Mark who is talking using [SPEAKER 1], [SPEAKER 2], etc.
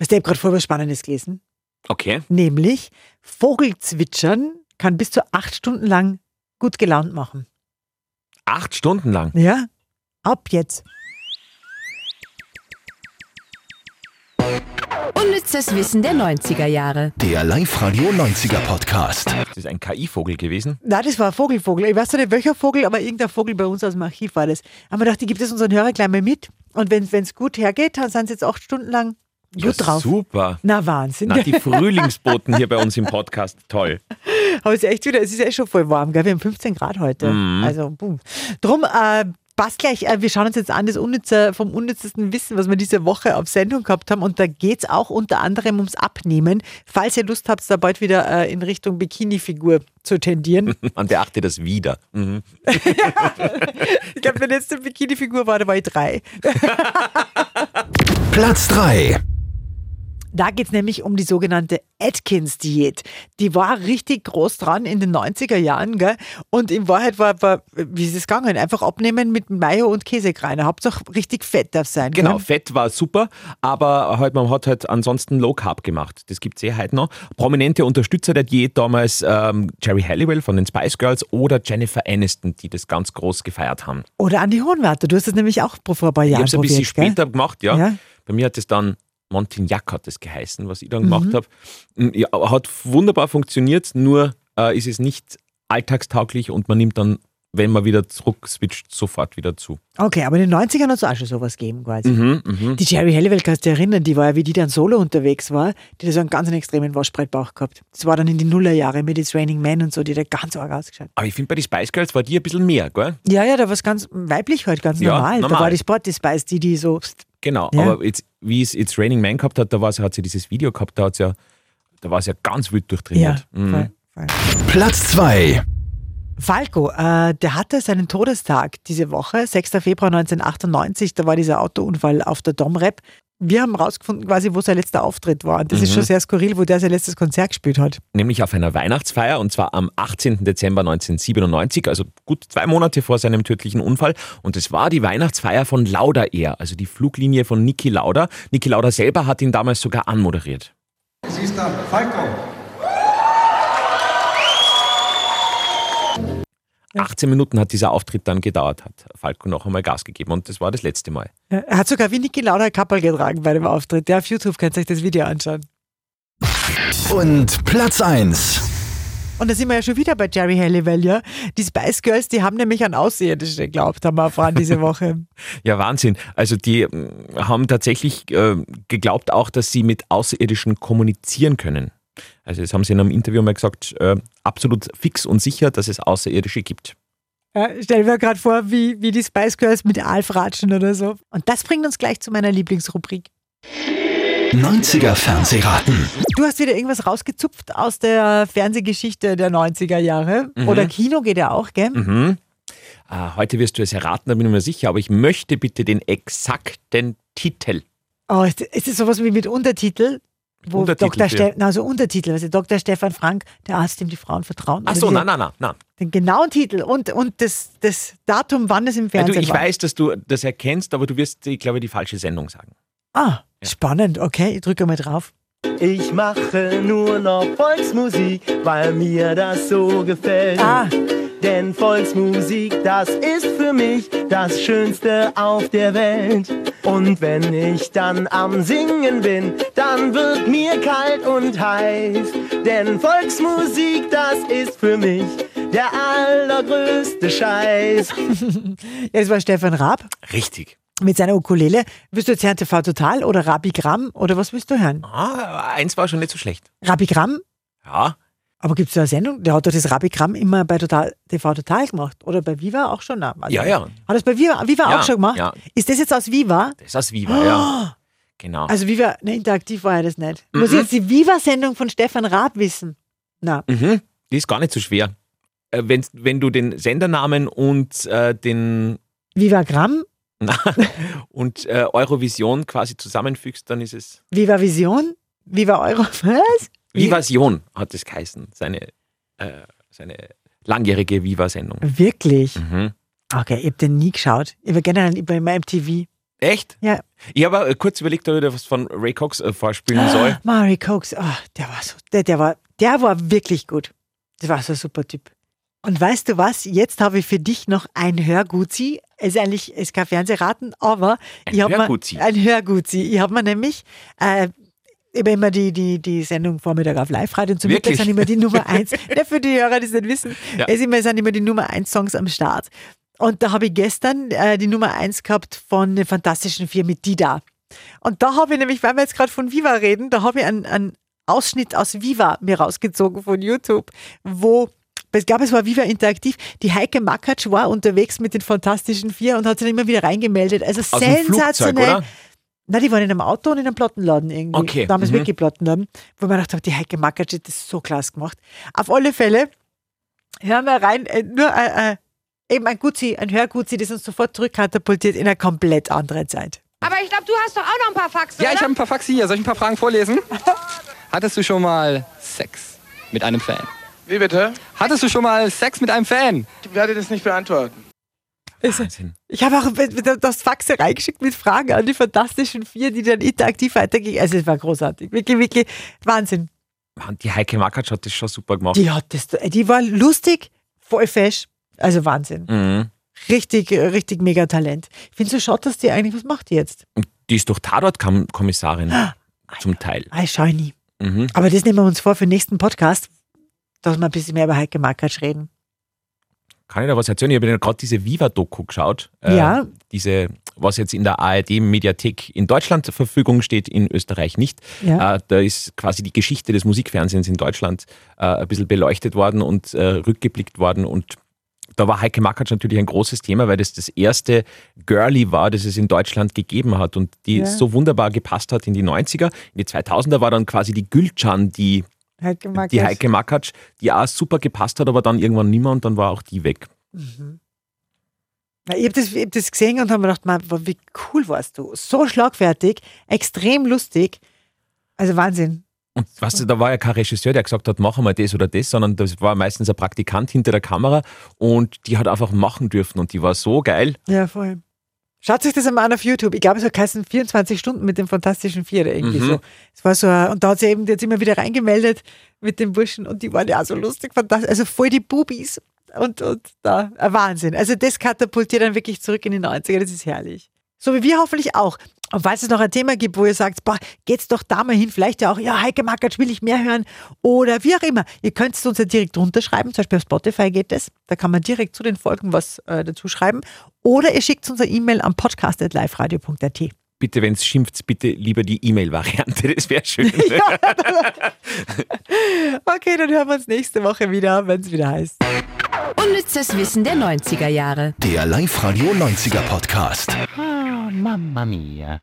[SPEAKER 1] Weißt du, ich habe gerade vorher was Spannendes gelesen.
[SPEAKER 2] Okay.
[SPEAKER 1] Nämlich, Vogelzwitschern kann bis zu acht Stunden lang gut gelaunt machen.
[SPEAKER 2] Acht Stunden lang.
[SPEAKER 1] Ja? Ab jetzt.
[SPEAKER 3] Unnützes Wissen der 90er Jahre.
[SPEAKER 4] Der Live-Radio 90er Podcast.
[SPEAKER 2] Das ist ein KI-Vogel gewesen.
[SPEAKER 1] Na, das war ein Vogelvogel. Ich weiß nicht welcher Vogel, aber irgendein Vogel bei uns aus dem Archiv war das. Aber ich dachte, ich gebe das unseren Hörer gleich mal mit. Und wenn es gut hergeht, dann sind sie jetzt acht Stunden lang gut
[SPEAKER 2] ja,
[SPEAKER 1] drauf.
[SPEAKER 2] Super.
[SPEAKER 1] Na, Wahnsinn.
[SPEAKER 2] Na, die Frühlingsboten hier bei uns im Podcast. Toll.
[SPEAKER 1] Aber es ist echt wieder, es ist echt schon voll warm, gell? Wir haben 15 Grad heute. Also, boom. Drum, äh, passt gleich, äh, wir schauen uns jetzt an das Unnütze, vom unnützesten Wissen, was wir diese Woche auf Sendung gehabt haben. Und da geht es auch unter anderem ums Abnehmen. Falls ihr Lust habt, da bald wieder äh, in Richtung Bikini-Figur zu tendieren.
[SPEAKER 2] Man beachte das wieder. Mhm.
[SPEAKER 1] ich glaube, meine letzte Bikini-Figur war, da war ich drei.
[SPEAKER 4] Platz 3.
[SPEAKER 1] Da geht es nämlich um die sogenannte Atkins-Diät. Die war richtig groß dran in den 90er Jahren. Gell? Und in Wahrheit war, war wie ist es gegangen? Einfach abnehmen mit Mayo und Käsekreiner. Hauptsache richtig fett darf sein.
[SPEAKER 2] Genau,
[SPEAKER 1] Gell?
[SPEAKER 2] Fett war super, aber halt, man hat halt ansonsten Low Carb gemacht. Das gibt es eh heute noch. Prominente Unterstützer der Diät damals ähm, Jerry Halliwell von den Spice Girls oder Jennifer Aniston, die das ganz groß gefeiert haben.
[SPEAKER 1] Oder an die Hohenwarte. Du hast es nämlich auch vor ein paar
[SPEAKER 2] Ich
[SPEAKER 1] Jahren
[SPEAKER 2] habe es ein bisschen
[SPEAKER 1] probiert, gell?
[SPEAKER 2] später gemacht, ja.
[SPEAKER 1] Ja.
[SPEAKER 2] Bei mir hat es dann Montignac hat es geheißen, was ich dann
[SPEAKER 1] Mhm.
[SPEAKER 2] gemacht habe. Ja, hat wunderbar funktioniert, nur äh, ist es nicht alltagstauglich und man nimmt dann, wenn man wieder zurückswitcht, sofort wieder zu.
[SPEAKER 1] Okay, aber in den 90ern hat es auch schon sowas gegeben quasi.
[SPEAKER 2] Mhm, mhm.
[SPEAKER 1] Die Jerry Halliwell, kannst du dich erinnern, die war ja, wie die dann solo unterwegs war, die hat so einen ganz einen extremen Waschbreitbauch gehabt. Das war dann in die Nullerjahre mit It's Raining Men und so, die hat da ganz arg ausgeschaut.
[SPEAKER 2] Aber ich finde, bei den Spice Girls war die ein bisschen mehr, gell?
[SPEAKER 1] Ja, ja, da war es ganz weiblich halt, ganz
[SPEAKER 2] Ja,
[SPEAKER 1] normal. Da
[SPEAKER 2] normal.
[SPEAKER 1] war die Sporty Spice, die, die so
[SPEAKER 2] Genau,
[SPEAKER 1] Ja.
[SPEAKER 2] aber jetzt, wie es jetzt Raining Man gehabt hat, da war's, hat sie dieses Video gehabt, da, hat's ja, da war es ja ganz wild durchtrainiert.
[SPEAKER 1] Ja,
[SPEAKER 2] Mhm.
[SPEAKER 1] voll, voll.
[SPEAKER 4] Platz 2.
[SPEAKER 1] Falco, äh, der hatte seinen Todestag diese Woche, 6. Februar 1998, da war dieser Autounfall auf der Domrep. Wir haben rausgefunden quasi, wo sein letzter Auftritt war. Und das
[SPEAKER 2] Mhm.
[SPEAKER 1] ist schon sehr skurril, wo der sein letztes Konzert gespielt hat.
[SPEAKER 2] Nämlich auf einer Weihnachtsfeier und zwar am 18. Dezember 1997, also gut zwei Monate vor seinem tödlichen Unfall. Und es war die Weihnachtsfeier von Lauda Air, also die Fluglinie von Niki Lauda. Niki Lauda selber hat ihn damals sogar anmoderiert.
[SPEAKER 5] Siehst du, Falco.
[SPEAKER 2] 18 Minuten hat dieser Auftritt dann gedauert, hat Falco noch einmal Gas gegeben und das war das letzte Mal.
[SPEAKER 1] Ja, Er hat sogar wie Niki Lauda ein Kappel getragen bei dem Auftritt. Ja, auf YouTube könnt ihr euch das Video anschauen.
[SPEAKER 4] Und Platz 1.
[SPEAKER 1] Und da sind wir ja schon wieder bei Jerry Halliwell, ja. Die Spice Girls, die haben nämlich an Außerirdische geglaubt, haben wir erfahren diese Woche.
[SPEAKER 2] Ja, Wahnsinn. Also die mh, haben tatsächlich äh, geglaubt auch, dass sie mit Außerirdischen kommunizieren können. Also das haben sie in einem Interview mal gesagt, äh, absolut fix und sicher, dass es Außerirdische gibt.
[SPEAKER 1] Ja, stell mir gerade vor, wie, wie die Spice Girls mit Alf ratschen oder so. Und das bringt uns gleich zu meiner Lieblingsrubrik.
[SPEAKER 4] 90er Fernsehraten.
[SPEAKER 1] Du hast wieder irgendwas rausgezupft aus der Fernsehgeschichte der 90er Jahre. Oder Kino geht ja auch, gell?
[SPEAKER 2] Mhm. Äh, heute wirst du es erraten, da bin ich mir sicher, aber ich möchte bitte den exakten Titel.
[SPEAKER 1] Oh, ist, ist das sowas wie mit Untertitel? Wo
[SPEAKER 2] Untertitel,
[SPEAKER 1] Dr.
[SPEAKER 2] ja.
[SPEAKER 1] Ste na, so Untertitel, also Dr. Stefan Frank, der Arzt, dem Also die Frauen vertrauen.
[SPEAKER 2] Ach
[SPEAKER 1] Oder
[SPEAKER 2] so,
[SPEAKER 1] wie-
[SPEAKER 2] nein, nein, nein, nein.
[SPEAKER 1] Den genauen Titel und, und das, das Datum, wann es im
[SPEAKER 2] Ja, du,
[SPEAKER 1] Fernsehen
[SPEAKER 2] ich
[SPEAKER 1] war.
[SPEAKER 2] weiß, dass du das erkennst, aber du wirst, ich glaube, die falsche Sendung sagen.
[SPEAKER 1] Ah, spannend. Okay, ich drücke mal drauf.
[SPEAKER 6] Ich mache nur noch Volksmusik, weil mir das so gefällt.
[SPEAKER 1] Ah.
[SPEAKER 6] Denn Volksmusik, das ist für mich das Schönste auf der Welt. Und wenn ich dann am Singen bin, dann wird mir kalt und heiß. Denn Volksmusik, das ist für mich der allergrößte Scheiß.
[SPEAKER 1] Es war Stefan Raab
[SPEAKER 2] Richtig.
[SPEAKER 1] mit seiner Ukulele. Willst du jetzt hören TV Total oder Rabi Gramm oder was willst du hören?
[SPEAKER 2] Ah, eins war schon nicht so schlecht.
[SPEAKER 1] Rabi Gramm?
[SPEAKER 2] Ja,
[SPEAKER 1] Aber gibt es da eine Sendung? Der hat doch das Rabi Gramm immer bei Total, TV Total gemacht. Oder bei Viva auch schon. damals.
[SPEAKER 2] Ja, ja.
[SPEAKER 1] Hat das bei Viva, Viva
[SPEAKER 2] Ja,
[SPEAKER 1] auch schon gemacht?
[SPEAKER 2] ja.
[SPEAKER 1] Ist das jetzt aus Viva?
[SPEAKER 2] das ist aus Viva, ja. Genau.
[SPEAKER 1] Also Viva, ne, interaktiv war ja das nicht.
[SPEAKER 2] Mhm.
[SPEAKER 1] Muss ich jetzt die Viva-Sendung von Stefan Raab wissen? Na,
[SPEAKER 2] Mhm. Die ist gar nicht so schwer. Äh, wenn, wenn du den Sendernamen und äh, den
[SPEAKER 1] Viva Gramm?
[SPEAKER 2] und äh, Eurovision quasi zusammenfügst, dann ist es
[SPEAKER 1] Viva Vision? Viva Euro? Was?
[SPEAKER 2] Vivasion hat es geheißen, seine, äh, seine langjährige Viva-Sendung.
[SPEAKER 1] Wirklich?
[SPEAKER 2] Mhm.
[SPEAKER 1] Okay, ich hab den nie geschaut. Ich war generell bei meinem TV.
[SPEAKER 2] Echt?
[SPEAKER 1] Ja,
[SPEAKER 2] Ich habe äh, kurz überlegt, ob ich dir was von Ray Cox äh, vorspielen soll.
[SPEAKER 1] Mari Cox, ah, der war so, der, der war, der war wirklich gut. Der war so ein super Typ. Und weißt du was? Jetzt habe ich für dich noch ein Hörguzi. Es ist eigentlich, es kann Fernsehraten, aber
[SPEAKER 2] Ein
[SPEAKER 1] ich habe
[SPEAKER 2] Hörguzi?
[SPEAKER 1] mir ein Hörguzi. Ich habe mir nämlich äh, ich habe immer die, die, die Sendung Vormittag auf Live-Radio und zum Mittag
[SPEAKER 2] Wirklich?
[SPEAKER 1] sind immer die Nummer eins. Ja, für die Hörer, die es nicht wissen,
[SPEAKER 2] Ja.
[SPEAKER 1] es immer, sind immer die Nummer eins Songs am Start. Und da habe ich gestern äh, die Nummer eins gehabt von den Fantastischen Vier mit Dida. Und da habe ich nämlich, weil wir jetzt gerade von Viva reden, da habe ich einen, einen Ausschnitt aus Viva mir rausgezogen von YouTube, wo, ich glaube, es war Viva Interaktiv, die Heike Makatsch war unterwegs mit den Fantastischen Vier und hat sich dann immer wieder reingemeldet. Also
[SPEAKER 2] Aus dem Flugzeug,
[SPEAKER 1] sensationell.
[SPEAKER 2] oder?
[SPEAKER 1] Nein, die waren in einem Auto und in einem Plattenladen irgendwie.
[SPEAKER 2] Okay,
[SPEAKER 1] Damals
[SPEAKER 2] mhm.
[SPEAKER 1] wirklich Plattenladen, wo man gedacht hat, die Heike Makatsch hat das so klasse gemacht. Auf alle Fälle, hören wir rein, äh, nur äh, äh, eben ein Gutzi, ein Hörgutzi, das uns sofort zurückkatapultiert in eine komplett andere Zeit.
[SPEAKER 7] Aber ich glaube, du hast doch auch noch ein paar Faxen,
[SPEAKER 8] Ja,
[SPEAKER 7] oder?
[SPEAKER 8] ich habe ein paar Faxe hier. Soll ich ein paar Fragen vorlesen? Hattest du schon mal Sex mit einem Fan?
[SPEAKER 9] Wie bitte?
[SPEAKER 8] Hattest du schon mal Sex mit einem Fan?
[SPEAKER 9] Ich werde das nicht beantworten.
[SPEAKER 2] Wahnsinn.
[SPEAKER 1] Ich habe auch mit- mit- das Faxe reingeschickt mit Fragen an die fantastischen vier, die dann interaktiv weitergingen. Also es war großartig. Wirklich, wirklich Wahnsinn.
[SPEAKER 2] Mann, die Heike Makatsch hat das schon super gemacht.
[SPEAKER 1] Die hat das, die war lustig, voll fesch. Also Wahnsinn.
[SPEAKER 2] Mhm.
[SPEAKER 1] Richtig, äh, richtig mega Talent. Ich finde so schade, dass die eigentlich, was macht die jetzt?
[SPEAKER 2] Die ist doch Tatort-Kommissarin. Zum Teil.
[SPEAKER 1] Ah, ich schaue nie.
[SPEAKER 2] Mhm.
[SPEAKER 1] Aber das nehmen wir uns vor für den nächsten Podcast, dass wir ein bisschen mehr über Heike Makatsch reden.
[SPEAKER 2] Kann ich da was erzählen? Ich habe ja gerade diese Viva-Doku geschaut. Äh,
[SPEAKER 1] Ja.
[SPEAKER 2] Diese, was jetzt in der ARD-Mediathek in Deutschland zur Verfügung steht, in Österreich nicht.
[SPEAKER 1] Ja.
[SPEAKER 2] Äh, da ist quasi die Geschichte des Musikfernsehens in Deutschland äh, ein bisschen beleuchtet worden und äh, rückgeblickt worden. Und da war Heike Makatsch natürlich ein großes Thema, weil das das erste Girlie war, das es in Deutschland gegeben hat und die
[SPEAKER 1] Ja.
[SPEAKER 2] so wunderbar gepasst hat in die 90er. In die 2000er war dann quasi die Gülcan, die
[SPEAKER 1] Heike Makatsch.
[SPEAKER 2] die Heike Makatsch, die auch super gepasst hat, aber dann irgendwann nimmer und dann war auch die weg.
[SPEAKER 1] Na, Ich habe das, ich hab das gesehen und habe mir gedacht, man, wie cool warst du. So schlagfertig, extrem lustig. Also Wahnsinn.
[SPEAKER 2] Und weißt du, da war ja kein Regisseur, der gesagt hat, mach mal das oder das, sondern das war meistens ein Praktikant hinter der Kamera und die hat einfach machen dürfen und die war so geil.
[SPEAKER 1] Ja, voll. Schaut sich das einmal an auf YouTube. Ich glaube, es hat geheißen 24 Stunden mit dem Fantastischen Vier oder irgendwie
[SPEAKER 2] Mhm.
[SPEAKER 1] so. Es war so, ein- und da hat sie eben jetzt immer wieder reingemeldet mit den Burschen und die waren ja auch so lustig, fantastisch. Also voll die Bubis und, und da, ein Wahnsinn. Also das katapultiert dann wirklich zurück in die 90er, das ist herrlich. So wie wir hoffentlich auch. Und falls es noch ein Thema gibt, wo ihr sagt, boah, geht's doch da mal hin, vielleicht ja auch, ja, Heike Makatsch will ich mehr hören oder wie auch immer. Ihr könnt es uns ja direkt runterschreiben, zum Beispiel auf Spotify geht das, da kann man direkt zu den Folgen was äh, dazu schreiben. Oder ihr schickt uns eine E-Mail an podcast.liferadio.at.
[SPEAKER 2] Bitte, wenn es schimpft, bitte lieber die E-Mail-Variante, das wäre schön. ne?
[SPEAKER 1] Okay, dann hören wir uns nächste Woche wieder, wenn es wieder heißt.
[SPEAKER 3] Unnützes Wissen der 90er Jahre.
[SPEAKER 4] Der Live-Radio 90er Podcast.
[SPEAKER 10] Mamma mia.